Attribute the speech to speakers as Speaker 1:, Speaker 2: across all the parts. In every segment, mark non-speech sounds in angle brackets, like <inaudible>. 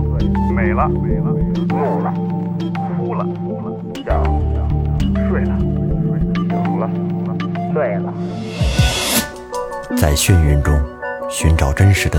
Speaker 1: 了，美了，怒了，哭了，笑了，睡了，醒了，醉了。
Speaker 2: 在眩晕中寻找真实的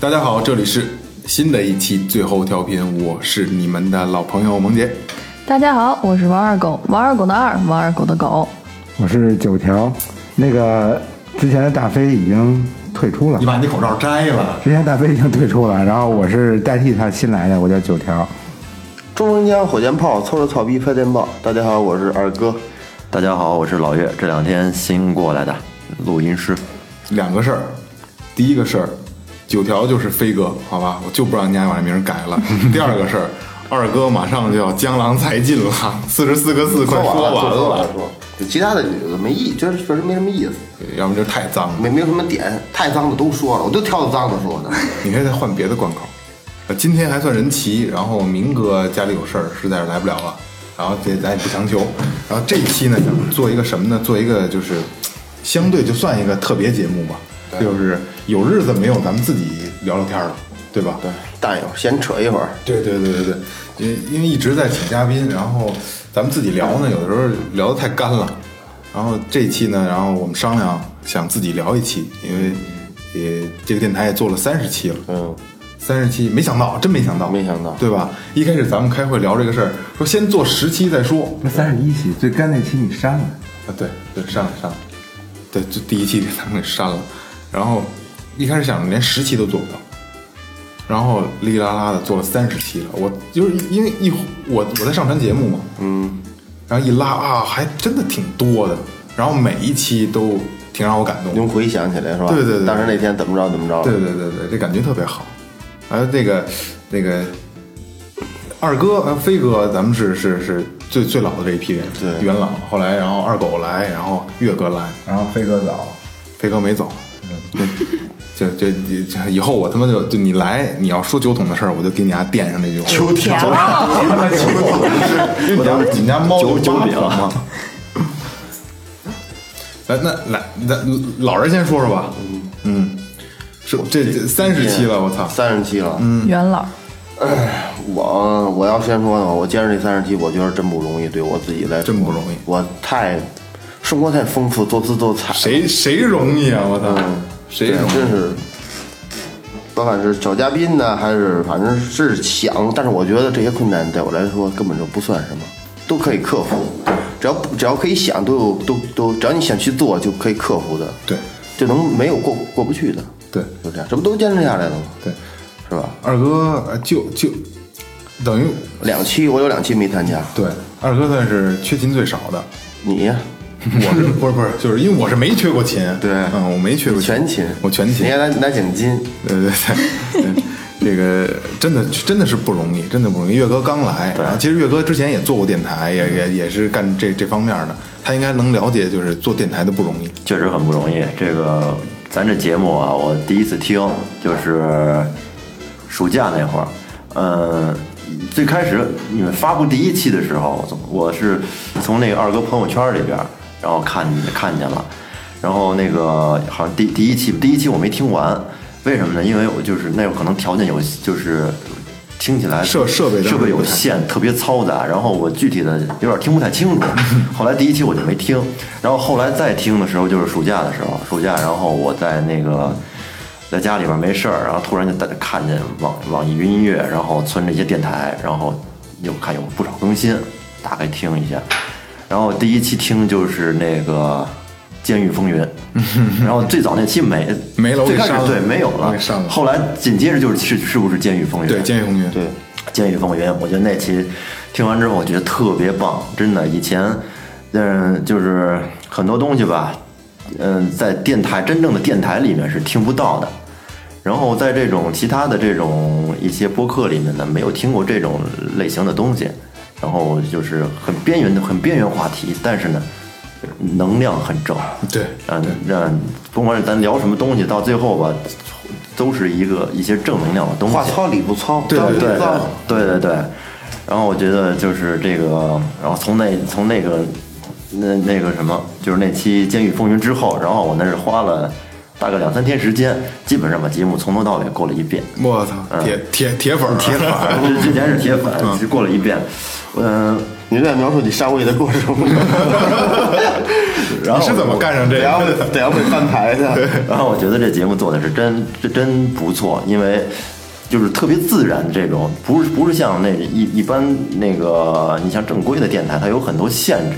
Speaker 3: 大家好，这里是新的一期最后调频，我是你们的老朋友萌杰。
Speaker 4: 大家好，我是王二狗，王二狗的二，王二狗的狗。
Speaker 5: 我是九条，那个之前的大飞已经退出了
Speaker 6: 你，把你口罩摘了。
Speaker 5: 之前大飞已经退出了，然后我是代替他新来的，我叫九条。
Speaker 7: 中人江火箭炮，凑着草逼拍电报。大家好，我是二哥。
Speaker 2: 大家好，我是老岳，这两天新过来的录音师。
Speaker 3: 两个事儿，第一个事儿，九条就是飞哥，好吧，我就不让你俩把这名儿改了。 <laughs> 第二个事儿，二哥马上就要江郎才尽了， <laughs> 四十四个字快说
Speaker 7: 完
Speaker 3: 完
Speaker 7: 了，
Speaker 3: 了，
Speaker 7: 说，其他的没意，就是确实没什么意思，
Speaker 3: 要么就太脏了。
Speaker 7: 没没有什么点，太脏的都说了，我就挑着脏的说的。
Speaker 3: <laughs> 你可以再换别的贯口。呃，今天还算人齐，然后明哥家里有事儿，实在是来不了了，然后这咱也不强求。然后这一期呢，想做一个什么呢？做一个就是相对就算一个特别节目吧，就是有日子没有咱们自己聊聊天儿了，对吧？对。
Speaker 7: 但有先扯一会儿，
Speaker 3: 对对对对对，因因为一直在请嘉宾，然后咱们自己聊呢，有的时候聊得太干了。然后这期呢，然后我们商量想自己聊一期，因为也这个电台也做了三十期了，嗯，三十期没想到，真没想到，
Speaker 7: 没想到
Speaker 3: 对吧？一开始咱们开会聊这个事儿，说先做十期再说，
Speaker 5: 那三十一期最干那期你删了，
Speaker 3: 啊，对对，删了删了，对，就第一期给咱们给删了，然后一开始想着连十期都做不到，然后哩哩啦啦的做了三十期了，我就是因为一我我在上传节目嘛，嗯，然后一拉啊，还真的挺多的，然后每一期都挺让我感动的，
Speaker 7: 您回想起来是吧？
Speaker 3: 对对对
Speaker 7: 当时那天怎么着怎么着。
Speaker 3: 对对对对，这感觉特别好。还有那个那个二哥、呃飞哥，咱们是是是最最老的这一批人，
Speaker 7: 对
Speaker 3: 元老。后来然后二狗来，然后岳哥来，
Speaker 5: 然后飞哥走，
Speaker 3: 飞哥没走，嗯就就就就以后我他妈就就你来，你要说酒桶的事儿，我就给你家垫上那句话。酒
Speaker 4: 甜了，
Speaker 3: 因为你家你家猫酒酒饼嘛。来，那来，那老人先说说吧。嗯，是这这三十期了，我操！
Speaker 7: <laughs> 三十期了。嗯，
Speaker 4: 元老，
Speaker 7: 我我要先说呢，我坚持这三十期，我觉得真不容易，对我自己来说
Speaker 3: 真不容易
Speaker 7: 我太生活太丰富，多姿多彩了。
Speaker 3: 谁谁容易啊！我操，谁
Speaker 7: 对
Speaker 3: 容易？
Speaker 7: 真是，不管是找嘉宾呢，还是反正是想，但是我觉得这些困难对我来说根本就不算什么，都可以克服。只要只要可以想，都有都都，只要你想去做，就可以克服的。
Speaker 3: 对，
Speaker 7: 就能没有过过不去的。
Speaker 3: 对
Speaker 7: 就这样，这不都坚持下来了吗？
Speaker 3: 对，
Speaker 7: 是吧？
Speaker 3: 二哥呃就就等于
Speaker 7: 两期我有两期没参加，
Speaker 3: 对二哥算是缺勤最少的。
Speaker 7: 你呀
Speaker 3: 我是不是不是，就是因为我是没缺过勤，
Speaker 7: 对
Speaker 3: 嗯，我没缺过勤
Speaker 7: 全勤，
Speaker 3: 我全勤
Speaker 7: 你，还拿拿奖金，
Speaker 3: 对对对，对这个真的真的是不容易，真的不容易。岳哥刚来，然后其实岳哥之前也做过电台，也也也是干这这方面的，他应该能了解，就是做电台的不容易。
Speaker 8: 确实很不容易。这个咱这节目啊，我第一次听，就是暑假那会儿，嗯，最开始你们发布第一期的时候，我是从那个二哥朋友圈里边儿，然后看看见了，然后那个好像第第一期第一期我没听完，为什么呢？因为我就是那会儿可能条件有就是。听起来
Speaker 3: 设设备当时
Speaker 8: 设备
Speaker 3: 不
Speaker 8: 有
Speaker 3: 太
Speaker 8: 线特别嘈杂，然后我具体的有点听不太清楚。后来第一期我就没听，然后后来再听的时候就是暑假的时候，暑假然后我在那个在家里边没事儿，然后突然就在看见网网易云音乐，然后存这些电台，然后又看有不少更新，大概听一下。然后第一期听就是那个《监狱风云》，然后最早那期没
Speaker 3: 没了我给
Speaker 8: 最开始
Speaker 3: 删了
Speaker 8: 对没有
Speaker 3: 我
Speaker 8: 了
Speaker 3: 给删了，
Speaker 8: 后来紧接着就是是是不是《监狱风云》？
Speaker 3: 对，监狱红军，对，
Speaker 8: 《监狱风云》，我觉得那期听完之后，我觉得特别棒，真的。以前，嗯、就是很多东西吧，嗯、在电台真正的电台里面是听不到的。然后在这种其他的这种一些播客里面呢，没有听过这种类型的东西，然后就是很边缘的、很边缘话题，但是呢，能量很正。
Speaker 3: 对，
Speaker 8: 让让不管是咱聊什么东西，到最后吧，都是一个一些正能量的东西。
Speaker 7: 话糙理不糙，
Speaker 3: 对
Speaker 7: 道理
Speaker 3: 对
Speaker 7: 不糙
Speaker 8: 对对对，然后我觉得就是这个，然后从那从那个那那个什么，就是那期《监狱风云》之后，然后我那是花了大概两三天时间，基本上把节目从头到尾过了
Speaker 7: <laughs>
Speaker 8: 一遍。
Speaker 3: 我操，铁铁铁粉儿，铁粉
Speaker 8: 啊，之之前是铁粉，就过了一遍，嗯，
Speaker 7: 你在描述你上位的过程
Speaker 8: <laughs>
Speaker 7: 吗？
Speaker 8: 然后
Speaker 3: 你是怎么干上这
Speaker 7: 等下
Speaker 3: 个
Speaker 7: 会
Speaker 3: 的？
Speaker 7: 等下会翻牌的。
Speaker 8: <laughs> 然后我觉得这节目做的是真这真不错，因为就是特别自然这种，不是不是像那一一般那个你像正规的电台，它有很多限制，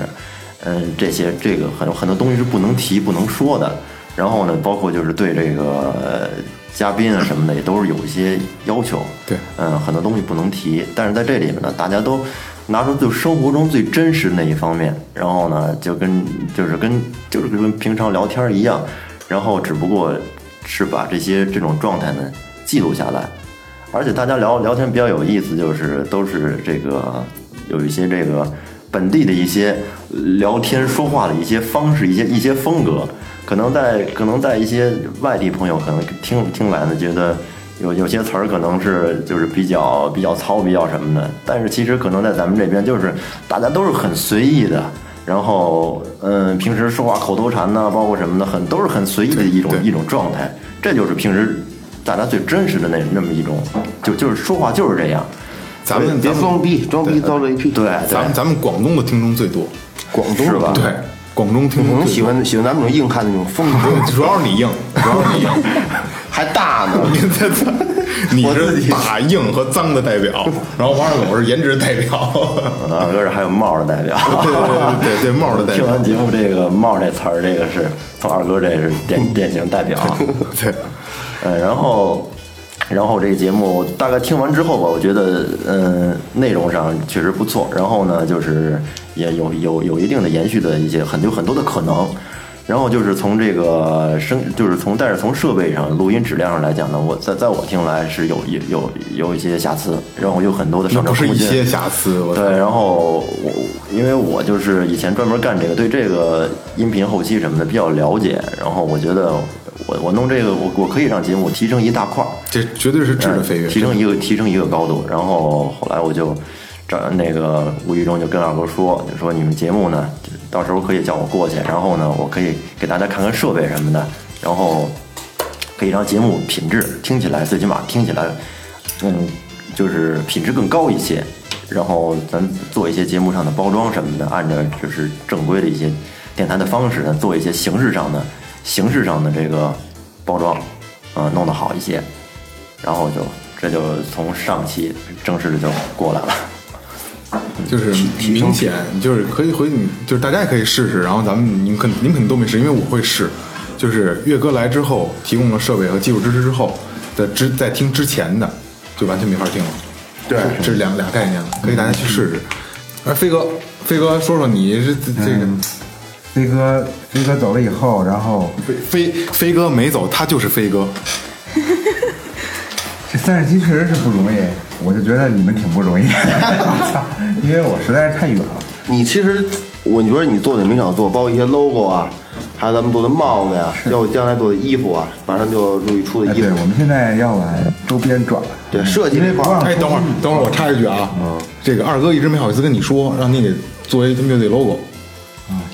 Speaker 8: 嗯，这些这个很很多东西是不能提不能说的。然后呢，包括就是对这个呃嘉宾啊什么的，也都是有一些要求。
Speaker 3: 对
Speaker 8: 嗯，很多东西不能提，但是在这里面呢，大家都拿出就生活中最真实的那一方面，然后呢，就跟就是跟就是跟平常聊天一样，然后只不过是把这些这种状态呢记录下来，而且大家聊聊天比较有意思，就是都是这个有一些这个本地的一些聊天说话的一些方式、一些一些风格，可能在可能在一些外地朋友可能听听来呢，觉得有有些词儿可能是就是比较比较糙、比较什么的，但是其实可能在咱们这边就是大家都是很随意的。然后，嗯，平时说话口头禅呐、包括什么的，很都是很随意的一种
Speaker 3: 对对
Speaker 8: 一种状态，这就是平时大家最真实的那那么一种，就就是说话就是这样。
Speaker 3: <laughs> 咱们
Speaker 7: 别
Speaker 3: 咱们
Speaker 7: 装逼，装逼遭雷劈。
Speaker 8: 对，对啊
Speaker 3: 咱们咱们广东的听众最多，
Speaker 7: 广东
Speaker 8: 是吧？
Speaker 3: 对，广东听
Speaker 7: 我
Speaker 8: 嗯
Speaker 3: 众最
Speaker 7: 们嗯喜
Speaker 3: 多。
Speaker 7: 欢喜欢咱们这种硬汉的那种风格，
Speaker 3: <laughs> 主要是你硬，主要是你
Speaker 8: <laughs>
Speaker 3: 硬，
Speaker 7: 还大呢。
Speaker 3: 你这这你是打硬和脏的代表，然后王二狗是颜值代
Speaker 8: <laughs>
Speaker 3: 表，
Speaker 8: 啊，搁这还有帽儿的代表，
Speaker 3: 对对对对对帽儿的代表
Speaker 8: <laughs> 听完节目，这个帽儿这词儿，这个是从二哥这是典典型代
Speaker 3: <laughs>
Speaker 8: 表。
Speaker 3: 对，
Speaker 8: 呃，然后，然后这个节目大概听完之后吧，我觉得，嗯，内容上确实不错。然后呢，就是也有有有一定的延续的一些很有很多的可能。然后就是从这个声，就是从但是从设备上、录音质量上来讲呢，我在在我听来是有有有有一些瑕疵，然后有很多的
Speaker 3: 那嗯
Speaker 8: 上
Speaker 3: 不
Speaker 8: 升
Speaker 3: 是
Speaker 8: 空
Speaker 3: 一
Speaker 8: 间。
Speaker 3: 些瑕疵，我
Speaker 8: 对，然后我因为我就是以前专门干这个，对这个音频后期什么的比较了解，然后我觉得我我弄这个，我我可以让节目提升一大块儿，
Speaker 3: 这绝对是质的飞跃，
Speaker 8: 嗯提升一个提升一个高度。然后后来我就找那个无意中就跟二哥说，就说你们节目呢，到时候可以叫我过去，然后呢，我可以给大家看看设备什么的，然后可以让节目品质听起来，最起码听起来，嗯，就是品质更高一些。然后咱做一些节目上的包装什么的，按照就是正规的一些电台的方式呢，做一些形式上的形式上的这个包装，啊、弄得好一些。然后就这就从上期正式的就过来了。
Speaker 3: 就是明显，就是可以回你，就是大家也可以试试。然后咱们你们肯你们肯定都没试，因为我会试。就是岳哥来之后，提供了设备和技术支持之后的之在听之前的，就完全没法听了。
Speaker 7: 对
Speaker 3: 这是两俩概念了，可以大家去试试。而飞哥，飞哥说说你是这这个。
Speaker 5: 飞哥，飞哥走了以后，然后
Speaker 3: 飞飞哥没走，他就是飞哥。
Speaker 5: 这三十期确实是不容易，我就觉得你们挺不容易， <laughs> 我操因为我实在是太远了。
Speaker 7: 你其实，我觉得你做的没少做，包括一些 logo 啊，还有咱们做的帽子呀、要我将来做的衣服啊，马上就要陆毅出的
Speaker 5: 哎，
Speaker 7: 衣
Speaker 5: 对，
Speaker 7: 服。
Speaker 5: 我们现在要往周边转了，
Speaker 7: 对设计
Speaker 5: 因为
Speaker 7: 这块儿
Speaker 5: 不让
Speaker 3: 哎，等会儿，等会儿，我插一句啊，
Speaker 7: 嗯
Speaker 3: 这个二哥一直没好意思跟你说，让你给作为乐队 logo，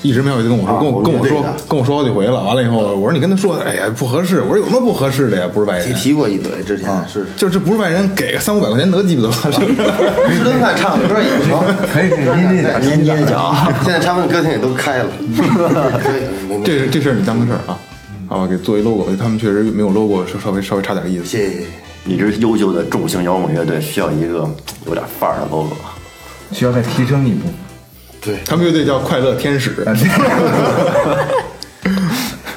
Speaker 3: 一直没好意思跟我说，
Speaker 7: 啊
Speaker 3: 跟我
Speaker 7: 我
Speaker 3: 跟我
Speaker 7: 乐队
Speaker 3: 说
Speaker 7: 的，
Speaker 3: 跟我说好几回了。完了以后，我说你跟他说，哎呀不合适，我说有什么不合适的呀？不是外
Speaker 7: 提
Speaker 3: 人，
Speaker 7: 提过一嘴，之前是
Speaker 3: 就是这不是外人，给个三五百块钱得鸡
Speaker 7: <laughs>
Speaker 3: 巴得了。
Speaker 7: 吃顿饭唱个歌也行。
Speaker 5: 可以可以，您这
Speaker 8: 捏捏脚，
Speaker 7: <laughs> 现在他们歌厅也都开了，所以没没
Speaker 3: 这是这事儿你当回事儿啊？
Speaker 7: 嗯
Speaker 3: 好吧，给作为 logo，他们确实没有 logo，稍微稍微差点意思。
Speaker 7: 谢谢。
Speaker 8: 一支优秀的重型摇滚乐队需要一个有点范儿的 logo。
Speaker 5: 需要再提升一步。
Speaker 3: 他们乐队叫快乐天使，<laughs>
Speaker 7: 嗯
Speaker 5: 啊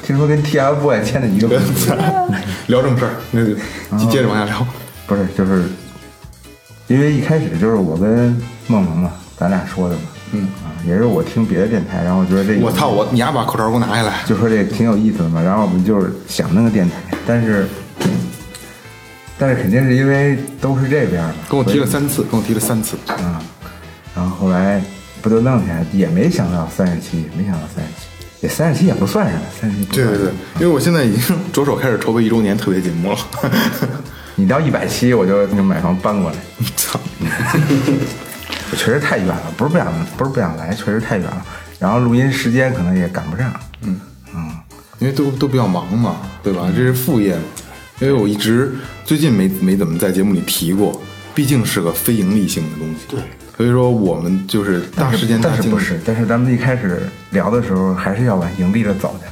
Speaker 5: 听说跟 TFBOYS 签的一个公司，
Speaker 7: <laughs>
Speaker 3: 聊正事儿，那就
Speaker 7: 嗯
Speaker 3: 接着往下聊。
Speaker 5: 不是，就是因为一开始就是我跟梦萌嘛，咱俩说的嘛，嗯啊，也是我听别的电台，然后我觉得
Speaker 7: 嗯
Speaker 5: 这
Speaker 3: 我操，我你丫把口罩给我拿下来。
Speaker 5: 就说这挺有意思的嘛，然后我们就是想弄个电台，但是但是肯定是因为都是这边儿嘛，
Speaker 3: 跟我提了三次，跟我提了三次，
Speaker 5: 啊，然后后来不就弄起来，也没想到三十七，没想到三十七，也三十七也不算什么，三十七
Speaker 3: 对对对，因为我现在已经着手开始筹备一周年特别节目了， <laughs>
Speaker 5: 你到一百七我就就买房搬过来，
Speaker 3: 操，
Speaker 5: 我确实太远了，不是不想不是不想来，确实太远了，然后录音时间可能也赶不上，嗯嗯，
Speaker 3: 因为都都比较忙嘛，对吧？这是副业嘛，因为我一直最近没没怎么在节目里提过，毕竟是个非盈利性的东西，对，所以说我们就是大时间
Speaker 5: 但
Speaker 3: 大
Speaker 5: 是
Speaker 3: 精
Speaker 5: 不是，但是咱们一开始聊的时候还是要往盈利的走的。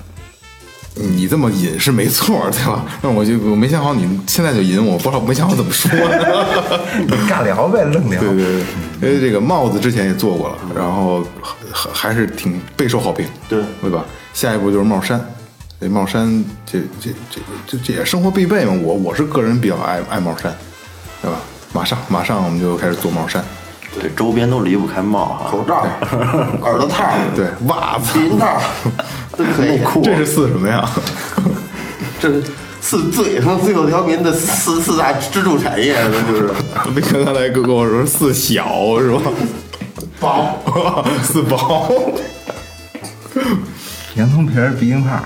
Speaker 3: 你这么引是没错，对吧？但是我就我没想好你现在就引我，不知道没想好怎么说。
Speaker 5: 尬聊呗，愣聊。
Speaker 3: 对对对，因哎为这个帽子之前也做过了，然后还还是挺备受好评，
Speaker 7: 对
Speaker 3: 对吧？下一步就是帽衫，这帽衫这这这这这也生活必备嘛。我我是个人比较爱爱帽衫，对吧？马上马上我们就开始做帽衫，
Speaker 8: 对，周边都离不开帽哈。
Speaker 7: 口罩、耳朵套、
Speaker 3: 对袜子
Speaker 7: 避、孕套都可以。
Speaker 3: 这是四什么呀？ <laughs>
Speaker 7: 这是四最上最后调频的四四大支柱产业，这就是
Speaker 3: 没看刚才跟我说四小是吧？薄 <laughs> 四薄。
Speaker 5: 洋葱皮儿、避孕套、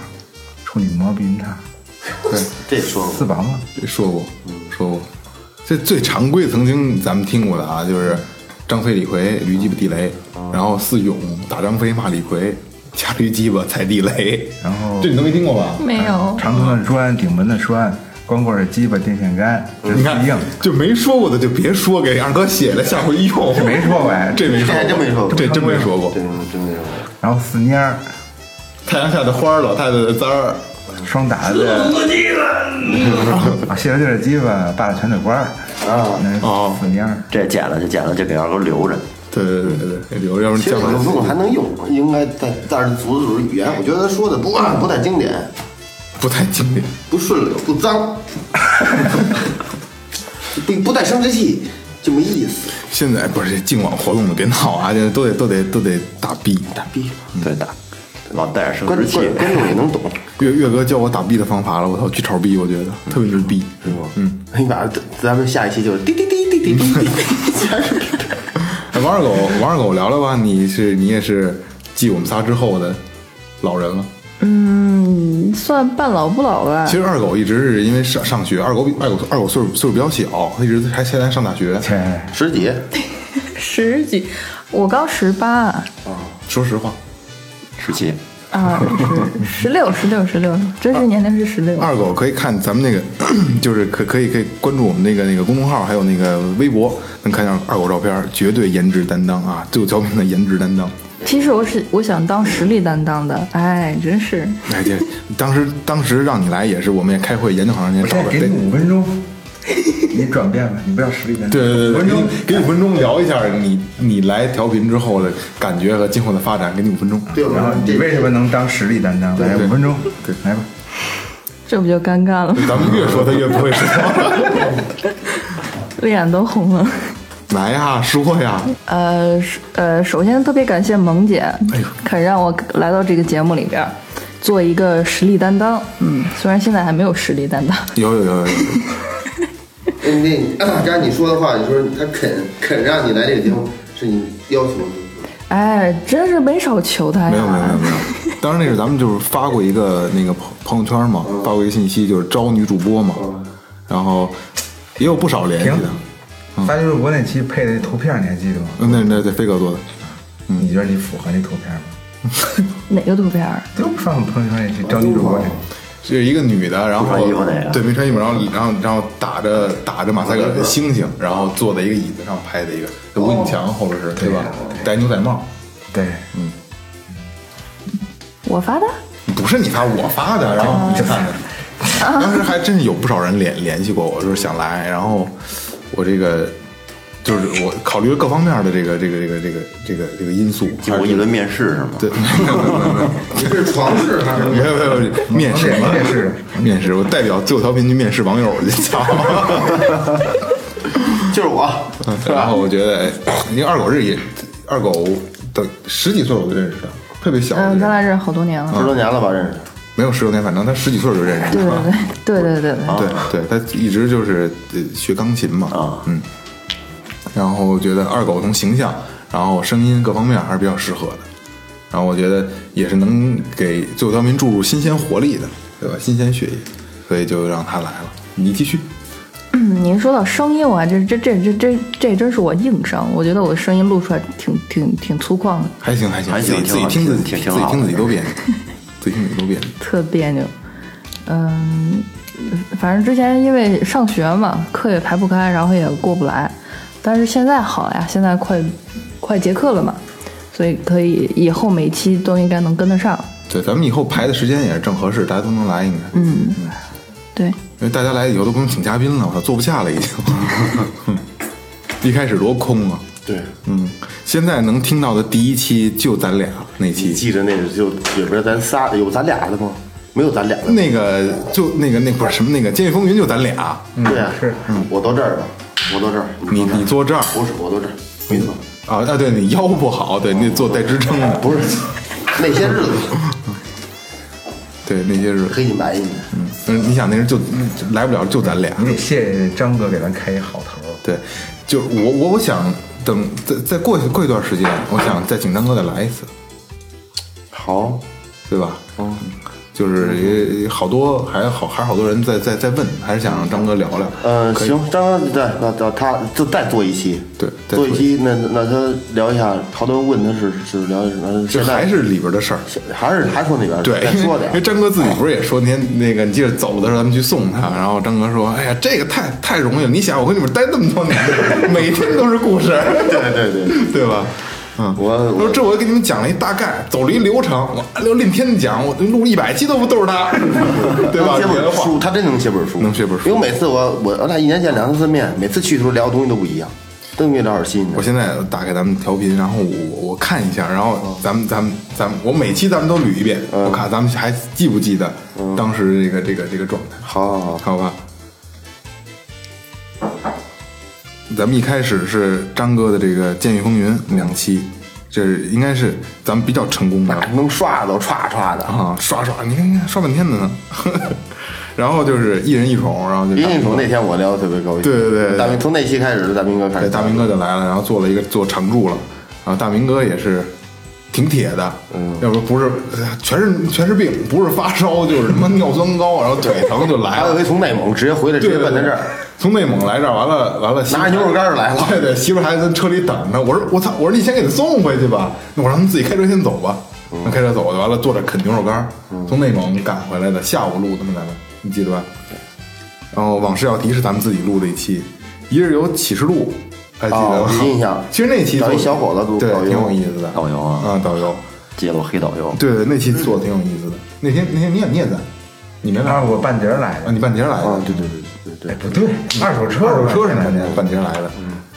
Speaker 5: 处女膜、避孕套，
Speaker 7: 这说
Speaker 5: 四宝吗？
Speaker 3: 说过，说过。这最常规曾经咱们听过的啊，就是张飞、李逵、驴鸡巴、地雷，然后四勇打张飞骂李逵，掐驴鸡巴踩地雷，
Speaker 5: 然后
Speaker 3: 这你都没听过吧？
Speaker 4: 没有，
Speaker 5: 长头的栓、顶门的栓、光棍的鸡巴、电线杆，这
Speaker 3: 你
Speaker 5: 是
Speaker 3: 看
Speaker 5: 硬。
Speaker 3: 就没说过的就别说，给二哥写了，下回用。
Speaker 5: 这没说过
Speaker 3: <laughs>
Speaker 5: 呀
Speaker 3: 这没说过，
Speaker 7: 这真没说过
Speaker 3: 这真没说过。
Speaker 5: 然后四蔫儿、
Speaker 3: 太阳下的花儿，老太太的簪儿，
Speaker 5: 双打的， <laughs> 啊，卸了劲的鸡巴，扒了拳腿关儿，啊，那是
Speaker 3: 哦
Speaker 5: 四蔫儿。
Speaker 8: 这剪了就剪了，就给二哥留着。
Speaker 3: 对对对对对，留着要不然
Speaker 7: 其实
Speaker 3: 将
Speaker 7: 有
Speaker 3: 来
Speaker 7: 的东西还能用，应该但但是组织组织语言，我觉得说的不啊不太经典，
Speaker 3: 不太经典。
Speaker 7: 不顺溜，不脏， <laughs> 不不带生殖器，就没意思。
Speaker 3: 现在不是净网活动的，别闹啊！现在都得都得都得打 B 打 B。
Speaker 7: 嗯
Speaker 8: 对的，老带着生
Speaker 7: 观
Speaker 8: 殖
Speaker 7: 观
Speaker 8: 器。
Speaker 7: 观众也能懂，
Speaker 3: 岳岳哥教我打 B 的方法了，我操，巨潮逼，我觉得特别牛逼。
Speaker 7: 是吧？嗯，你把咱咱们下一期就是滴滴滴滴滴滴
Speaker 5: 嗯
Speaker 7: 滴，
Speaker 3: 哎，王二狗，王二狗，聊聊吧，你是你也是继我们仨之后的老人了。
Speaker 4: 你算半老不老吧
Speaker 5: 哎
Speaker 3: 其？实二狗一直是因为上上学，二狗比二狗二狗岁数岁数比较小，他一直还现在上大学。
Speaker 5: 切，
Speaker 7: <laughs> 十几，
Speaker 4: 十几，我刚十八
Speaker 3: 说实话，
Speaker 8: 十七，
Speaker 4: 啊，
Speaker 3: <laughs>
Speaker 4: 十十六，十六，十六，真实年龄是十六。
Speaker 3: 二狗可以看咱们那个， <clears throat> 就是可可以可以关注我们那个那个公众号，还有那个微博，能看见二狗照片，绝对颜值担当啊！最有小品的颜值担当。
Speaker 4: 其实我是我想当实力担当的，哎，真是
Speaker 3: 哎，这当时当时让你来也是，我们也开会研究好长时
Speaker 5: 我
Speaker 3: 间，找
Speaker 5: 现
Speaker 3: 个得
Speaker 5: 在哎给你五分钟，你转变吧，你不要实力担当。
Speaker 3: 对对对，
Speaker 5: 五
Speaker 3: 对
Speaker 5: 分钟，
Speaker 3: 给你给你五分钟聊一下你你来调频之后的感觉和今后的发展，给你五分钟。
Speaker 7: 对
Speaker 5: 然后
Speaker 7: 吧？
Speaker 5: 你为什么能当实力担当？来，
Speaker 3: 对
Speaker 5: 五分钟，
Speaker 3: 对
Speaker 5: 来吧。
Speaker 4: 这不就尴尬了吗？
Speaker 3: <laughs> 咱们越说他越不会说。
Speaker 4: 脸都红了。
Speaker 3: <laughs> 来呀，说呀，
Speaker 4: 呃是呃，首先特别感谢萌姐，
Speaker 3: 哎
Speaker 4: 肯让我来到这个节目里边儿，做一个实力担当。嗯，虽然现在还没有实力担当，
Speaker 3: 有有有有，有
Speaker 7: 嗯那刚才你说的话，你说他肯肯让你来这个节目，是你要求的，
Speaker 4: 哎，真是没少求她呀。
Speaker 3: 没有没有没有没有。当时那是咱们就是发过一个那个朋朋友圈嘛，
Speaker 5: 嗯
Speaker 3: 发过一个信息，就是招女主播嘛，然后也有不少联系的
Speaker 5: 停。发就是我那期配的图片，你还记得吗？
Speaker 3: 嗯那那对飞哥做的，
Speaker 5: 你觉得你符合那图片吗？
Speaker 4: 哪个图片儿？
Speaker 5: 就放我们朋友圈里去招女主播去。
Speaker 3: 是一个女的，然后
Speaker 8: 不穿衣服那个
Speaker 3: 对没穿衣服，然后然后然后打着打着马赛克的星星，然后坐在一个椅子上拍的一个在无影墙后边是对吧？戴牛仔帽。
Speaker 5: 对，
Speaker 4: 我发的？
Speaker 3: 不是你发，我发的。然后你
Speaker 8: <laughs>
Speaker 3: 看看，当时还真是有不少人联联系过我，就是想来。然后我这个就是我考虑了各方面的这个这个这个这个这个这个因
Speaker 8: <laughs>
Speaker 3: 素，
Speaker 8: 经
Speaker 3: 还
Speaker 8: 过
Speaker 3: 是
Speaker 8: 一轮面试是吗？
Speaker 3: 对，没有没有没有
Speaker 7: 你是床事还是？
Speaker 3: 没有没有没有面试
Speaker 5: 面试
Speaker 3: 面试，我代表最后调频去面试网友去，操！
Speaker 7: 就是我，
Speaker 3: 嗯然后我觉得，哎因为二狗这也二狗的十几岁我就认识他，特别小的
Speaker 4: 嗯、
Speaker 3: 人，
Speaker 4: 咱俩认识好多年了。
Speaker 7: 十多年了吧认识，
Speaker 3: 没有十六年，反正他十几岁就认识
Speaker 4: 对
Speaker 3: 了。
Speaker 4: <laughs> 对对对对对对，
Speaker 8: 哦
Speaker 3: 对对，他一直就是呃学钢琴嘛，
Speaker 8: 啊
Speaker 3: 嗯，然后觉得二狗从形象，然后声音各方面还是比较适合的，然后我觉得也是能给最后调频注入新鲜活力的，对吧？新鲜血液，所以就让他来了。你继续，
Speaker 4: 嗯您说到声音，我还真这这这这这真是我硬伤，我觉得我的声音录出来挺挺挺粗犷的，
Speaker 3: 还行还行，
Speaker 8: 还行
Speaker 3: 自己自己
Speaker 8: 挺
Speaker 3: 听
Speaker 8: 好
Speaker 3: 自己
Speaker 8: 挺挺
Speaker 3: 自己
Speaker 8: 好
Speaker 3: 听
Speaker 8: 的
Speaker 3: 自己都别扭，自己听自己都别扭。
Speaker 4: 特别扭。嗯，反正之前因为上学嘛，课也排不开，然后也过不来。但是现在好呀，现在快快结课了嘛，所以可以以后每期都应该能跟得上。
Speaker 3: 对，咱们以后排的时间也是正合适，大家都能来，应该，
Speaker 4: 嗯，对，
Speaker 3: 因为大家来以后都不用请嘉宾了，我操，坐不下了已经。嗯一开始多空啊！
Speaker 7: 对，
Speaker 3: 嗯，现在能听到的第一期就咱俩那
Speaker 7: 你
Speaker 3: 期，
Speaker 7: 记着那个就里边咱仨有咱俩的吗？没有咱俩的，
Speaker 3: 那个就那个那不是什么那个《监狱风云》就咱俩，
Speaker 7: 对呀，是，我到这儿了，我到这儿，
Speaker 3: 你你坐这儿
Speaker 7: 不是我到这儿，没错，
Speaker 3: 啊啊，对你腰不好，对你得坐带支撑的，
Speaker 7: 不是那些日子
Speaker 3: 对那些日
Speaker 7: 可
Speaker 3: 子，
Speaker 7: 以埋怨你，
Speaker 3: 嗯嗯，你想那人就来不了，就咱俩，
Speaker 5: 你
Speaker 7: 嗯
Speaker 5: 得谢谢张哥给咱开一好头。
Speaker 3: 对，就是我我我想等再再过过一段时间，我想再请丹哥再来一次，
Speaker 7: 好，
Speaker 3: 对吧？
Speaker 7: 哦
Speaker 3: 嗯，
Speaker 7: 嗯
Speaker 3: 就是也也好多还有好还是好多人在在在问，还是想让张哥聊聊，
Speaker 7: 呃，
Speaker 3: 可以
Speaker 7: 行，张哥，对，那那他就再做一期，
Speaker 3: 对再
Speaker 7: 做
Speaker 3: 做
Speaker 7: 一
Speaker 3: 一
Speaker 7: 期，那那他聊一下，好多人问他是是聊一下，那
Speaker 3: 这
Speaker 7: 现在
Speaker 3: 还是里边的事儿。
Speaker 7: 还是还说那边
Speaker 3: 对，
Speaker 7: 再
Speaker 3: 因
Speaker 7: 说
Speaker 3: 为
Speaker 7: 点
Speaker 3: 因为
Speaker 7: 儿，
Speaker 3: 张哥自己不是也说那天那个，你记得走的时候咱们去送他，然后张哥说：“哎呀，这个太太容易了，你想我跟你们待那么多年， <laughs> 每天都是故事，
Speaker 7: 对对对。
Speaker 3: <laughs> 对吧？”嗯，
Speaker 7: 我我
Speaker 3: 说这我给你们讲了一大概，走了一流程，我按照令天讲，我录一百期都不都是他， <laughs> 对
Speaker 7: <laughs>
Speaker 3: 吧？
Speaker 7: 能写
Speaker 3: 别的
Speaker 7: 本
Speaker 3: 话
Speaker 7: 书，他真能写本书，
Speaker 3: 能写本书
Speaker 7: 因为每次我我我俩一年见两三次面，每次去的时候聊的东西都不一样，都没聊点新的
Speaker 3: 我。现在打开咱们调频，然后我我看一下，然后咱们咱们咱们，我每期咱们都捋一遍，我看咱们还记不记得当时这个这个这个状态。
Speaker 7: 好好好，
Speaker 3: 嗯好吧。咱们一开始是张哥的这个《监狱风云》两期，这是应该是咱们比较成功的
Speaker 7: 啊能刷都刷刷的，
Speaker 3: 啊，刷刷，你看你看刷半天的呢。 <laughs> 然后就是一人一桶，然后就
Speaker 7: 因为你说那天我聊的特别高兴，
Speaker 3: 对嗯对对对
Speaker 7: 大明从那期开始，大明哥开
Speaker 3: 对
Speaker 7: 始，
Speaker 3: 大明哥就来了，然后做了一个做常驻了，然后大明哥也是挺铁的，嗯，要不不是呃全是全是病，不是发烧就是他妈尿酸高，然后腿疼就来
Speaker 7: 还有一
Speaker 3: 了
Speaker 7: 回。从内蒙直接回来，直
Speaker 3: 对
Speaker 7: 接
Speaker 3: 对
Speaker 7: 奔
Speaker 3: 对
Speaker 7: 到这儿，
Speaker 3: 从内蒙来这儿，完了完了，媳妇
Speaker 7: 拿着牛肉干儿来了
Speaker 3: 对对，媳妇儿还在车里等着。我说我操，我说你先给他送回去吧，那我让他们自己开车先走吧。
Speaker 7: 嗯
Speaker 3: 那开车走就完了，坐着啃牛肉干儿，从内蒙赶回来的，下午录的嘛，咱们你记得吧？然后往事要提是咱们自己录的一期，一日游启示录，还记得吗
Speaker 7: 哦？有印象
Speaker 3: 其实那期
Speaker 7: 找一
Speaker 3: 做
Speaker 7: 小伙子
Speaker 3: 对
Speaker 7: 导游
Speaker 3: 挺有意思的，
Speaker 8: 导游啊
Speaker 7: 嗯
Speaker 3: 啊导游，
Speaker 8: 揭露黑导游，
Speaker 3: 对对，那期做的挺有意思的。那天那天你也你也在，你没来
Speaker 5: 啊，
Speaker 3: 啊？
Speaker 5: 我半截儿来的。
Speaker 3: 你半截儿来的？
Speaker 7: 啊，对对对对对，
Speaker 5: 哎，不对，二手车，
Speaker 3: 二手车是
Speaker 5: 半
Speaker 3: 半
Speaker 5: 截 <laughs>
Speaker 3: 截半截来的，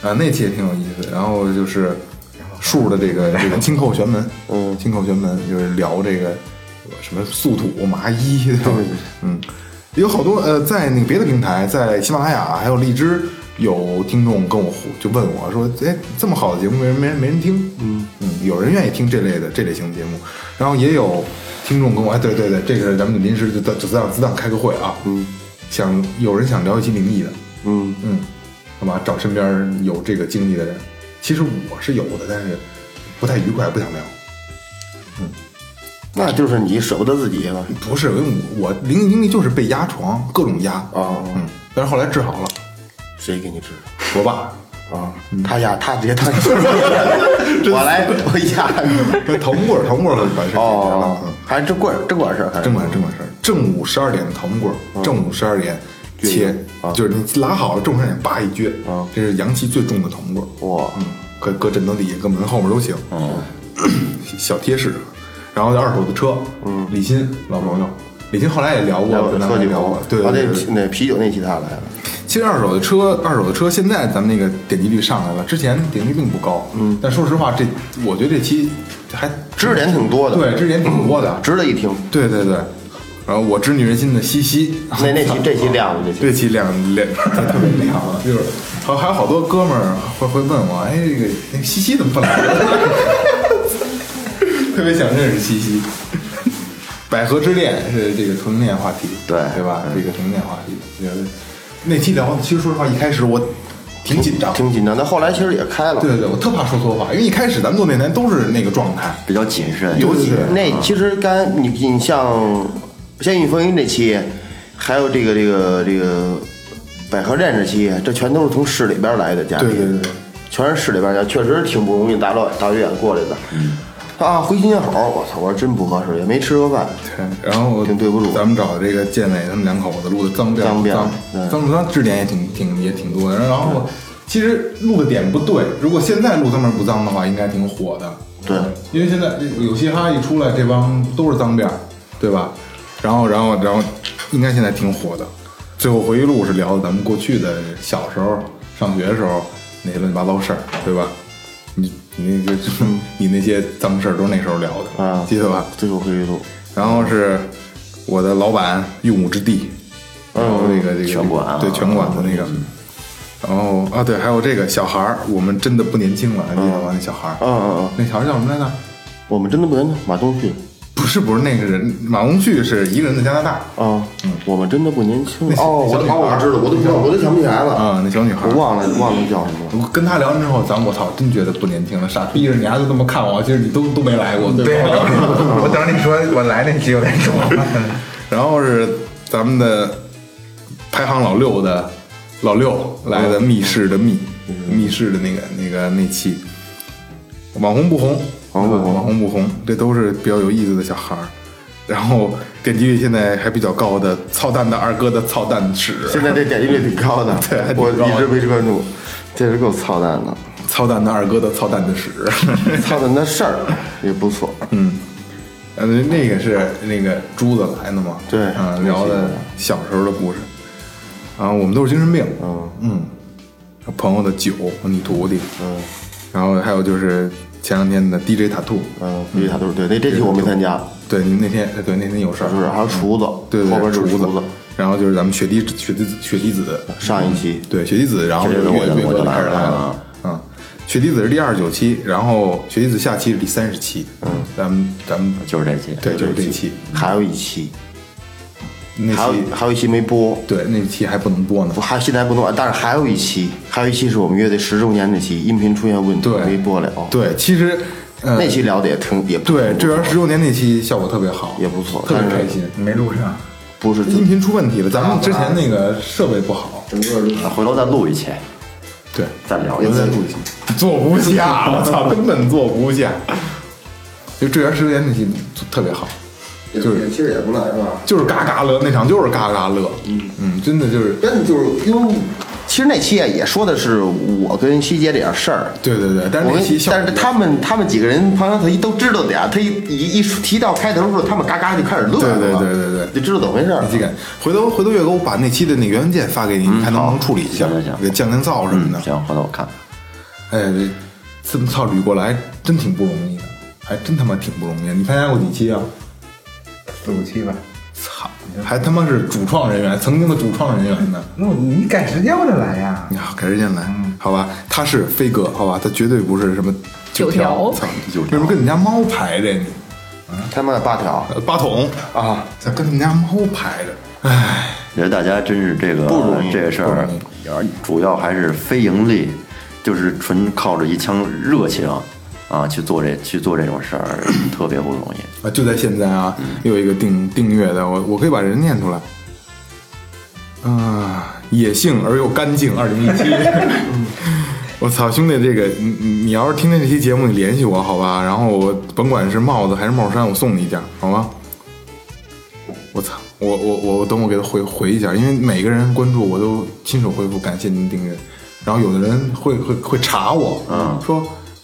Speaker 3: 啊，那期也挺有意思。然后就是树的这个这 <laughs> 个轻叩玄门，嗯，轻叩玄门就是聊这个什么速土麻衣，对吧？嗯，有好多呃，在那个别的平台，在喜马拉雅还有荔枝。有听众跟我互就问我说：“哎，这么好的节目，为什么没人没人听？”嗯嗯，有人愿意听这类的这类型节目，然后也有听众跟我：“哎，对对对，这个是咱们临时就就就咱俩自当开个会啊，嗯，想有人想聊一期灵异的，
Speaker 7: 嗯，
Speaker 3: 嗯，好吧，找身边有这个经历的人。其实我是有的，但是不太愉快，不想聊。
Speaker 7: 那就是你舍不得自己了，
Speaker 3: 不是，因为我我灵异经历就是被压床，各种压
Speaker 7: 哦
Speaker 3: 嗯，但是后来治好了，
Speaker 7: 谁给你治的
Speaker 3: 我爸
Speaker 7: 啊？
Speaker 3: 嗯
Speaker 7: 他压他直接他，
Speaker 3: <laughs>
Speaker 7: 我来我压，
Speaker 3: 那桃木棍儿，桃木棍儿把事解决了。
Speaker 7: 哦
Speaker 3: 嗯，
Speaker 7: 还这棍儿这管事儿，还是
Speaker 3: 正管正管事儿，正午十二点的桃木棍儿，正午十二点切，就是你拉好了，正午十二点叭一撅，这是阳气最重的桃木棍儿。
Speaker 7: 哇，哦
Speaker 3: 嗯，搁搁枕头底下，搁门后面都行。嗯，小贴士。然后二手的车，嗯，李鑫老朋友，李鑫后来也聊过，
Speaker 7: 要不
Speaker 3: 咱
Speaker 7: 喝
Speaker 3: 们也
Speaker 7: 酒
Speaker 3: 聊过，对
Speaker 7: 啊，
Speaker 3: 对对。
Speaker 7: 那那啤酒那期他来了，
Speaker 3: 其实二手的车，二手的车现在咱们那个点击率上来了，之前点击率并不高。嗯，但说实话，这我觉得这期还
Speaker 7: 知识点挺多的，啊嗯
Speaker 3: 对，，之前挺多的。
Speaker 7: 值得一听。
Speaker 3: 对对对。然后我知女人心的西西，<laughs>
Speaker 7: 那那期这期亮了，这期
Speaker 3: 这期两 <laughs> 两特别亮啊，就是还还有好多哥们儿会会问我，哎，这个那个西 <laughs> 西怎么不来了？特别想认识西西。百合之恋是这个同性恋话题，
Speaker 8: 对
Speaker 3: 对吧？这个同性恋话题，我觉得那期聊的，其实说实话，一开始我挺紧张，
Speaker 7: 挺紧张，但后来其实也开了。
Speaker 3: 对对对，我特怕说错话，因为一开始咱们做那台都是那个状态，
Speaker 8: 比较谨慎，
Speaker 3: 尤其是
Speaker 7: 那其实刚你你像《监狱风云》这期，还有这个这个这个百合恋这期，这全都是从市里边来的嘉宾，
Speaker 3: 对对对对
Speaker 7: 全是市里边的，确实挺不容易大老大老远过来的。啊，回新街口，我操，我说真不合适，也没吃过饭。
Speaker 3: 对，然后
Speaker 7: 挺对不住
Speaker 3: 咱们找这个建伟他们两口子录的脏辫儿
Speaker 7: 脏辫儿对
Speaker 3: 脏脏脏质点也挺挺也挺多的。然后其实录的点不对，如果现在录脏辫儿不脏的话，应该挺火的。
Speaker 7: 对，
Speaker 3: 因为现在有嘻哈一出来，这帮都是脏辫儿，对吧？然后然后然后应该现在挺火的。最后回忆录是聊的咱们过去的小时候上学的时候那些乱七八糟事儿，对吧？你你那个 <laughs> 你那些脏事儿都是那时候聊的
Speaker 7: 啊
Speaker 3: 记得吧？
Speaker 7: 最后回忆录，
Speaker 3: 然后是我的老板用武之地，然后这个这个
Speaker 8: 拳馆啊
Speaker 3: 对拳馆的那个，然后啊对，还有这个小孩儿，我们真的不年轻了，还记得吗？那小孩儿，
Speaker 7: 嗯嗯嗯，
Speaker 3: 那小孩儿叫什么来着？
Speaker 7: 我们真的不能马东旭
Speaker 3: 不是不是那个人，马红旭是一个人在加拿大
Speaker 7: 啊，我们真的不年轻
Speaker 3: 那小
Speaker 7: 哦，我
Speaker 3: 小女孩
Speaker 7: 哦我知道，我都不知道我都想不起来了，
Speaker 3: 啊，那小女孩
Speaker 7: 嗯我
Speaker 3: 儿。
Speaker 7: 忘了忘了叫什么了。
Speaker 3: 我跟他聊完之后，咱我操，真觉得不年轻了，傻逼着你还就这么看我，其实你都都没来过，对吧？
Speaker 5: 我等你说我来那期我再说。
Speaker 3: 然后是咱们的排行老六的老六来的密室的密、密室的那个那个那期，网红不红，网红不红，网红不红，这都是比较有意思的小孩儿。然后点击率现在还比较高的操蛋的二哥的操蛋史，
Speaker 7: 现在这点击率挺高的
Speaker 3: <laughs> 对还，挺
Speaker 7: 我
Speaker 3: 高的
Speaker 7: 一直没关注，这是够操蛋的，
Speaker 3: 操蛋的二哥的操蛋的史。
Speaker 7: 操蛋的事儿也不错。
Speaker 3: 呃，那个是那个珠子来的嘛？
Speaker 7: 对
Speaker 3: 嗯，聊的小时候的故事。然后我们都是精神病，嗯朋友的酒，你徒弟，嗯，然后还有就是前两天的 DJ 塔兔，
Speaker 7: 嗯，必须他都是对。那这期我没参加，
Speaker 3: 对，你那天对那天有事儿，
Speaker 7: 就是还有厨子，
Speaker 3: 对对
Speaker 7: 后边
Speaker 3: 厨
Speaker 7: 厨
Speaker 3: 子
Speaker 7: 子，，
Speaker 3: 然后就是咱们雪滴雪滴雪滴子，
Speaker 7: 上一期
Speaker 3: 对雪滴子，然后
Speaker 8: 这
Speaker 3: 乐
Speaker 8: 个我就
Speaker 3: 队
Speaker 8: 我就
Speaker 3: 就开始
Speaker 8: 来了
Speaker 3: 来了，嗯，雪滴子是第二十九期，然后雪滴子下期是第三十期，嗯，咱们咱们
Speaker 8: 就是这期。
Speaker 3: 对就是这期，
Speaker 7: 还有一期，
Speaker 3: 那
Speaker 7: 还有
Speaker 3: 期
Speaker 7: 还有一期没播，
Speaker 3: 对那期还不能播呢
Speaker 7: 我，还现在还不能，但是还有一期，还有一期是我们乐队十周年那期，音频出现问题
Speaker 3: 对
Speaker 7: 没播了。，
Speaker 3: 对，其实，呃，
Speaker 7: 那期聊的也挺也不
Speaker 3: 对这边十周年那期效果特别好，
Speaker 7: 也不错
Speaker 3: 特别
Speaker 7: 但是
Speaker 3: 开心。
Speaker 5: 没录上，
Speaker 7: 不是
Speaker 3: 音频出问题了，咱们之前那个设备不好，
Speaker 7: 啊
Speaker 8: 回头再录一期，
Speaker 3: 对，
Speaker 8: 再聊一
Speaker 3: 再
Speaker 8: 次。
Speaker 3: 录一下，做不下，我操，
Speaker 7: <laughs>
Speaker 3: 根本做不下。就这边十周年那期特别好，就是
Speaker 9: 其实也不赖是吧？
Speaker 3: 就是嘎嘎乐那场，就是嘎嘎乐，嗯嗯，真的就是，
Speaker 9: 但就是因为
Speaker 7: 其实那期啊也说的是我跟西姐这点事儿，
Speaker 3: 对对对，但是那
Speaker 7: 我跟
Speaker 3: 期效果
Speaker 7: 但是他们他们几个人旁观他一都知道点儿，他一一一提到开头的时候，他们嘎嘎就开始乐
Speaker 3: 对
Speaker 7: 了，
Speaker 3: 对
Speaker 7: 是吧
Speaker 3: 对对对
Speaker 7: 就知道怎么回事儿
Speaker 3: 那。期感，回头回头月给我把那期的那个原文件发给你，
Speaker 7: 嗯
Speaker 3: 你看能不能处理一下
Speaker 8: 行行，行
Speaker 3: 给降降噪什么
Speaker 8: 嗯
Speaker 3: 的，，
Speaker 8: 行，回头我看看。
Speaker 3: 哎，这这么操捋过来，真挺不容易的，还真他妈挺不容易的。你参加过几期啊？
Speaker 5: 四五期吧。
Speaker 3: 操，还他妈是主创人员，曾经的主创人员呢。
Speaker 5: 那我你赶时间我得来呀。
Speaker 3: 你好，改时间来，好吧？他是飞哥，好吧？他绝对不是什么
Speaker 4: 九
Speaker 3: 条，
Speaker 4: 条
Speaker 3: 操，为什么跟你们家猫排着呢？
Speaker 7: 他们八条
Speaker 3: 呃八筒啊，咋跟你们家猫排着？唉，
Speaker 8: 觉得大家真是这个这个事儿，主要还是非盈利，就是纯靠着一腔热情啊去做这去做这种事儿，特别不容易。
Speaker 3: 啊，就在现在啊，又有一个订订阅的，我我可以把人念出来。啊，野性而又干净，二零一七。我操，兄弟，这个你你你要是听见这期节目，你联系我好吧？然后我甭管是帽子还是帽衫，我送你一件，好吗？我操，我我我我等我给他回回一下，因为每个人关注我都亲手回复，感谢您订阅。然后有的人会会会查我，嗯，说，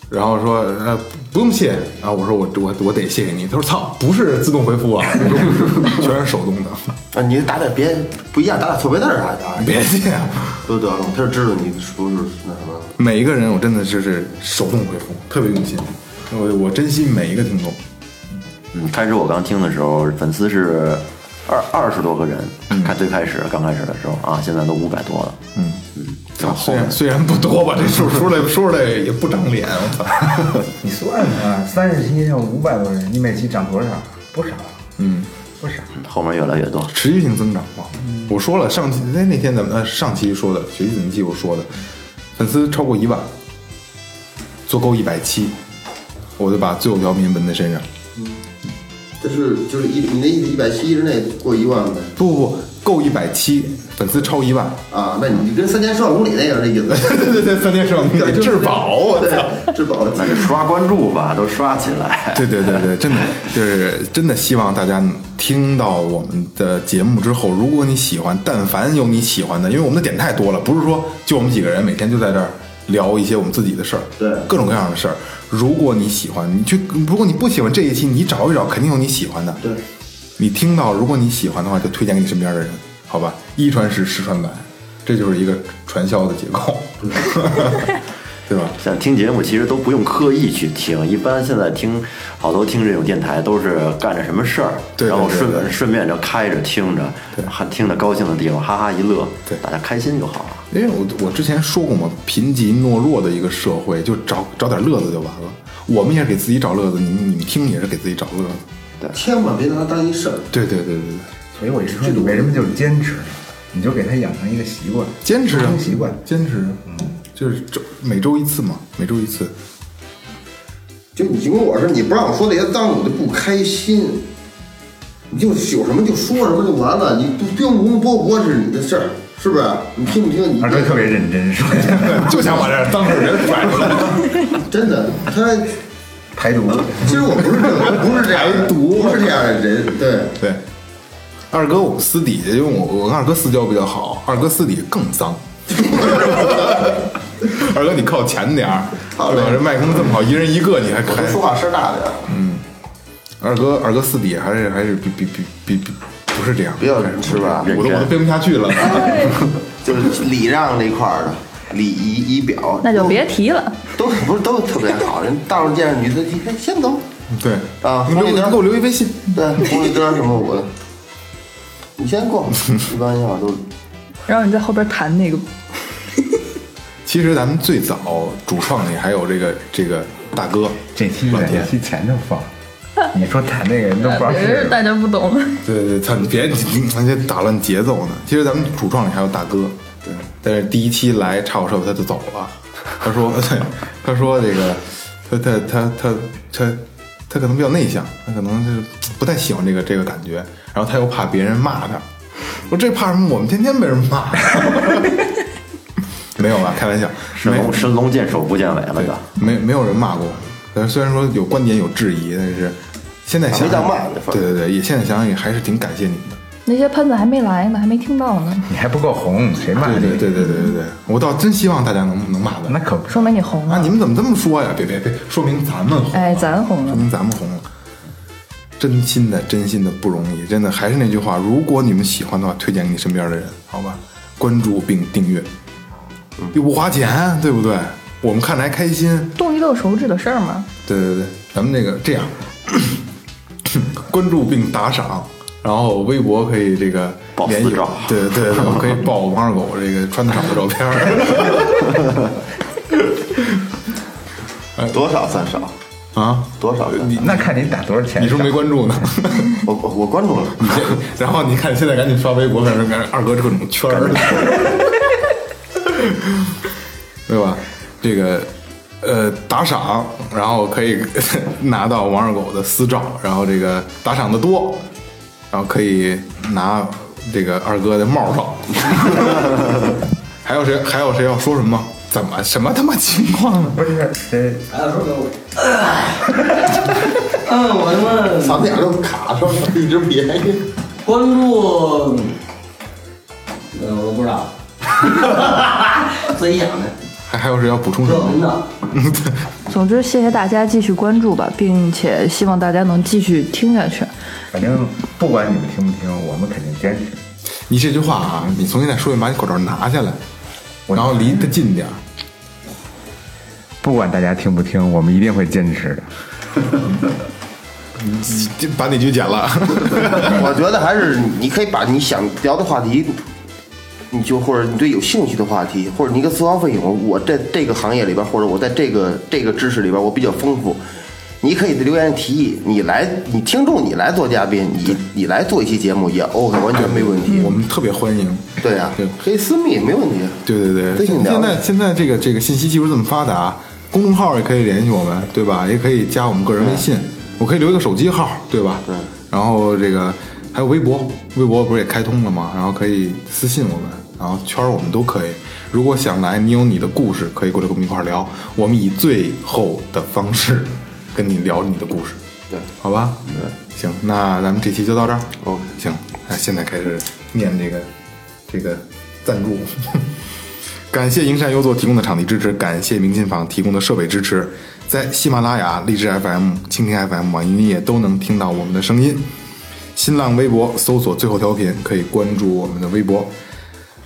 Speaker 3: 然后说呃不用谢，然后我说我我我得谢谢你，他说操不是自动回复啊， <laughs> 我说不是全是手动的，
Speaker 7: 啊，你打点别不一样，打点错别字儿啥的，
Speaker 3: 别介啊。
Speaker 7: 都得了，他就知道你是不是那什么。
Speaker 3: 每一个人，我真的就是手动回复，特别用心。我我珍惜每一个听众，
Speaker 8: 嗯，开始我刚听的时候，粉丝是二二十多个人，开最开始刚开始的时候啊，现在都五百多了。嗯嗯，然后
Speaker 3: 虽然虽然不多吧，这数说出来说出来也不长脸，我操！
Speaker 5: 嗯你算算，三十期要五百多人，你每期涨多少？不少。
Speaker 3: 嗯，
Speaker 8: 后面越来越多。
Speaker 3: 持续性增长嘛。我说了上期那那天咱们呃上期说的学习怎么记我说的，粉丝超过一万，做够一百期，我就把最后调频纹在身上。
Speaker 9: 这是就是一你那一一百七之内过一万呗
Speaker 3: 不不不，够一百期，粉丝超一万，
Speaker 9: 啊？那你跟三千说公里那个那意思，
Speaker 3: <laughs> 对对对，三天上你得质保，我操！
Speaker 9: 对，质保
Speaker 8: 那就刷关注吧，都刷起来。
Speaker 3: <laughs> 对对对对，真的就是真的希望大家听到我们的节目之后，如果你喜欢，但凡有你喜欢的，因为我们的点太多了，不是说就我们几个人每天就在这儿聊一些我们自己的事儿，
Speaker 9: 对
Speaker 3: 各种各样的事儿。如果你喜欢，你去；如果你不喜欢这一期，你找一找，肯定有你喜欢的。
Speaker 9: 对，
Speaker 3: 你听到，如果你喜欢的话，就推荐给你身边的人，好吧？一传十，十传百，这就是一个传销的结构， <laughs> 对吧？
Speaker 8: 像听节目其实都不用刻意去听，一般现在听好多听这种电台都是干着什么事儿，
Speaker 3: 对对
Speaker 8: 然后
Speaker 3: 对对
Speaker 8: 顺顺便就开着听着，还听着高兴的地方，哈哈一乐，
Speaker 3: 对
Speaker 8: 大家开心就好了。
Speaker 3: 因为我我之前说过嘛，贫瘠懦弱的一个社会，就找找点乐子就完了。我们也是给自己找乐子，你们你们听也是给自己找乐子。
Speaker 9: 千万别拿它当一事儿。
Speaker 3: 对对对对对，
Speaker 5: 所以我一说你为什么就是坚持，你就给他养成一个习惯，
Speaker 3: 坚持啊
Speaker 5: 成习惯。
Speaker 3: 坚持啊，就是周每周一次嘛，每周一次。
Speaker 9: 就你就跟我似的，你不让我说那些脏，我就不开心。你就有什么就说什么就完了，你不并不波不是你的事儿，是不是？你听不听你？
Speaker 5: 二哥特别认真，说
Speaker 3: <laughs> 就想把这当事人甩出来。
Speaker 9: 真的，他
Speaker 5: 排毒。
Speaker 9: 其实我不是这个，不是这样的，不是这样的人，对。
Speaker 3: <laughs> 对，二哥我们私底下，因为我我跟二哥私交比较好，二哥私底下更脏。 <laughs> 二哥你靠前点儿，
Speaker 9: 好
Speaker 3: 对吧？
Speaker 9: 嘞
Speaker 3: 这麦克风这么好，一人一个，你还
Speaker 9: 我
Speaker 3: 开
Speaker 9: 这？说话声大点儿，
Speaker 3: 二哥，二哥私底下还是还是比比比比比不是这样，
Speaker 7: 比较是吧
Speaker 3: 我都我都编不下去
Speaker 7: <laughs>
Speaker 3: 了。
Speaker 7: 就是礼让这块儿的礼仪仪表，
Speaker 4: 那就别提了。
Speaker 7: 都不是都特别好，人道上见着女的，你
Speaker 9: 哎
Speaker 7: 看先走，
Speaker 3: 对
Speaker 7: 啊
Speaker 3: 你留
Speaker 7: 红绿
Speaker 3: 你
Speaker 7: 灯
Speaker 3: 给我留一微信。
Speaker 7: 对，红绿灯什么我的，你
Speaker 3: <laughs>
Speaker 7: 先过，一般要都
Speaker 4: 然后你在后边弹那个，
Speaker 3: 其实咱们最早主创里还有这个这个大哥，
Speaker 5: 这期
Speaker 3: 老
Speaker 5: 在这
Speaker 3: 田，
Speaker 5: 期前头放，你说他那个人都不知道
Speaker 4: 别
Speaker 5: 是
Speaker 4: 呃人大家不懂了。
Speaker 3: 对对对，操你别
Speaker 7: <laughs>
Speaker 3: 你你这打乱节奏呢。其实咱们主创里还有大哥，对，但是第一期来差我社他就走了，他说 <laughs> 对，他说这个他他他他他他可能比较内向，他可能是不太喜欢这个这个感觉，然后他又怕别人骂他，我说这怕什么？我们天天被人骂。 <laughs> 没有吧？开玩笑，
Speaker 8: 神
Speaker 3: 没有
Speaker 8: 龙神龙见首不见尾了就。
Speaker 3: 没没有人骂过我，但是虽然说有观点有质疑，但是现在想
Speaker 7: 没
Speaker 3: 想，
Speaker 7: 当骂的份儿
Speaker 3: 对对对，也现在想想也还是挺感谢你们的。
Speaker 4: 那些喷子还没来呢，还没听到呢，
Speaker 5: 你还不够红，谁骂
Speaker 3: 对
Speaker 5: 你？
Speaker 3: 对对对对对对，我倒真希望大家能能骂的。
Speaker 5: 那可不是。
Speaker 4: 说明你红
Speaker 3: 啊，
Speaker 4: 了。
Speaker 3: 你们怎么这么说呀？别别别，说明咱们红了，
Speaker 4: 哎咱红了
Speaker 3: 说明咱们红了。真心的，真心的不容易，真的还是那句话，如果你们喜欢的话，推荐给你身边的人，好吧？关注并订阅，又不花钱，对不对？我们看着还开心，
Speaker 4: 动一动手指的事儿嘛，
Speaker 3: 对对对，咱们那个这样， <coughs> 关注并打赏，然后微博可以这个
Speaker 8: 报私
Speaker 3: 联系
Speaker 8: 照
Speaker 3: 对对对，我可以报王二狗这个穿的少的照片儿
Speaker 7: 多少算少，
Speaker 3: 啊。
Speaker 7: 多少算少
Speaker 5: 那看你打多少钱？
Speaker 3: 你是不是没关注呢？
Speaker 7: 我我我关注了，
Speaker 3: 你这， <laughs> 然后你看现在赶紧刷微博，反正二哥这种圈儿，对吧？这个呃打赏，然后可以呃拿到王二狗的私照，然后这个打赏的多，然后可以拿这个二哥的帽上。 <laughs> 还有谁还有谁要说什么？怎么什么他妈情况呢？
Speaker 5: 不是
Speaker 3: <laughs>
Speaker 5: 这
Speaker 10: 嗯，我他妈
Speaker 7: 咱们俩都卡上了，一直别
Speaker 10: 关注，呃，我都不知道， <laughs> 自己想的，
Speaker 3: 还还有谁要补充什
Speaker 10: 热
Speaker 3: 么
Speaker 10: 门？的。
Speaker 4: 总之，谢谢大家继续关注吧，并且希望大家能继续听下去。
Speaker 5: 反正不管你们听不听，我们肯定坚持。
Speaker 3: 你这句话啊，你从现在说一遍，把你口罩拿下来，
Speaker 5: 我
Speaker 3: 然后离得近点儿。
Speaker 5: 不管大家听不听，我们一定会坚持的。
Speaker 3: 就把你就剪了。
Speaker 7: <laughs> 我觉得还是你可以把你想聊的话题，你就或者你对有兴趣的话题，或者你一个自告奋勇，我在这个行业里边，或者我在这个这个知识里边，我比较丰富。你可以留言提议，你来，你听众你来做嘉宾，你你来做一期节目也 OK，完全没问题。
Speaker 3: <laughs> 我们特别欢迎。
Speaker 7: 嗯对呀、可以私密，没问题。啊
Speaker 3: 对对对，
Speaker 7: 对
Speaker 3: 现
Speaker 7: 你聊
Speaker 3: 现
Speaker 7: 的
Speaker 3: 在现在这个这个信息技术这么发达，公众号也可以联系我们，对吧？也可以加我们个人微信，我可以留一个手机号，对吧？对。然后这个还有微博，微博不是也开通了吗？然后可以私信我们，然后圈儿我们都可以。如果想来，你有你的故事，可以过来跟我们一块儿聊。我们以最后的方式跟你聊你的故事，
Speaker 7: 对，
Speaker 3: 好吧？对，行，那咱们这期就到这儿。哦，行，那现在开始念这个这个赞助。感谢营山优作提供的场地支持，感谢明信坊提供的设备支持。在喜马拉雅、荔枝 FM、蜻蜓 FM、网易云音乐都能听到我们的声音。新浪微博搜索“最后调频”，可以关注我们的微博；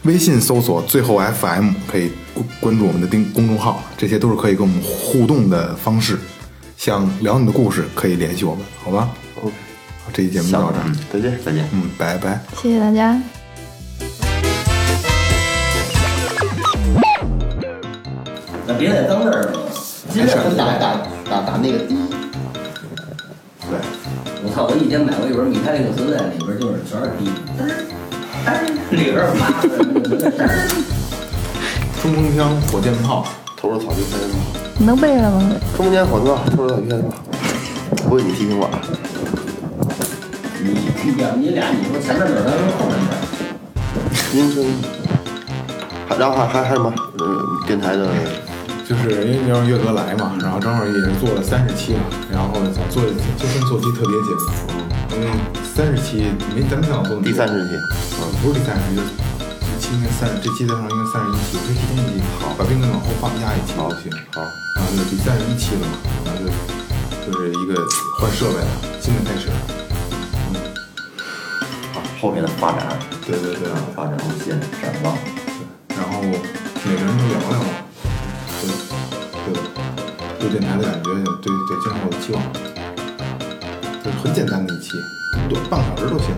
Speaker 3: 微信搜索“最后 FM”，可以关关注我们的丁公众号。这些都是可以跟我们互动的方式。想聊你的故事，可以联系我们，好吧
Speaker 7: ？OK，
Speaker 3: 好，这期节目就到这儿，
Speaker 7: 再见，再见，
Speaker 3: 嗯，拜拜。
Speaker 4: 谢谢大家。
Speaker 10: 那别在灯那儿了，
Speaker 9: 今天咱打打打打那个滴，
Speaker 10: 我操！我一天买过一本《米开朗基罗在里边就是全是逼，里边儿骂的人就在这儿。
Speaker 3: 冲锋枪、火箭炮，
Speaker 7: 投入草地开吗？
Speaker 4: 能背了吗？
Speaker 7: 中间广告，投入草地开吗？不会你提醒我啊。
Speaker 10: 你你俩你俩，你说前面哪儿，咱说后面哪儿。
Speaker 7: 您说，还然后还还还有吗？呃，电台的
Speaker 3: 就是因为你让岳哥来嘛，然后正好也是做了三十期嘛，然后想做一就算做期特别节目，因为三十期没咱们想做
Speaker 7: 第三十期，
Speaker 3: 呃不是第三十期，就是这期应该三这期再上应该三十一期，我这期天一好，把冰哥往后放压一期就行，好，然后就第三十一期了嘛，然后就就是一个换设备了，新的开始，
Speaker 8: 后面的发展，
Speaker 3: 对对啊对，
Speaker 8: 发展无限展望。
Speaker 3: 然后每个人都聊聊嘛，对对对电台的感觉，对对今后的期望，就是很简单的一期，多半个小时都行。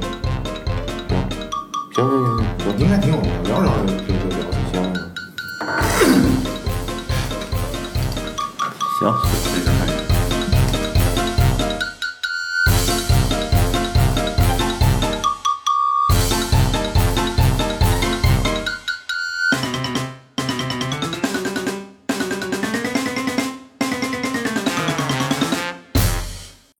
Speaker 7: 行行行，
Speaker 3: 我应该挺有的，聊着聊着就就聊就行。
Speaker 8: 行，这就开始。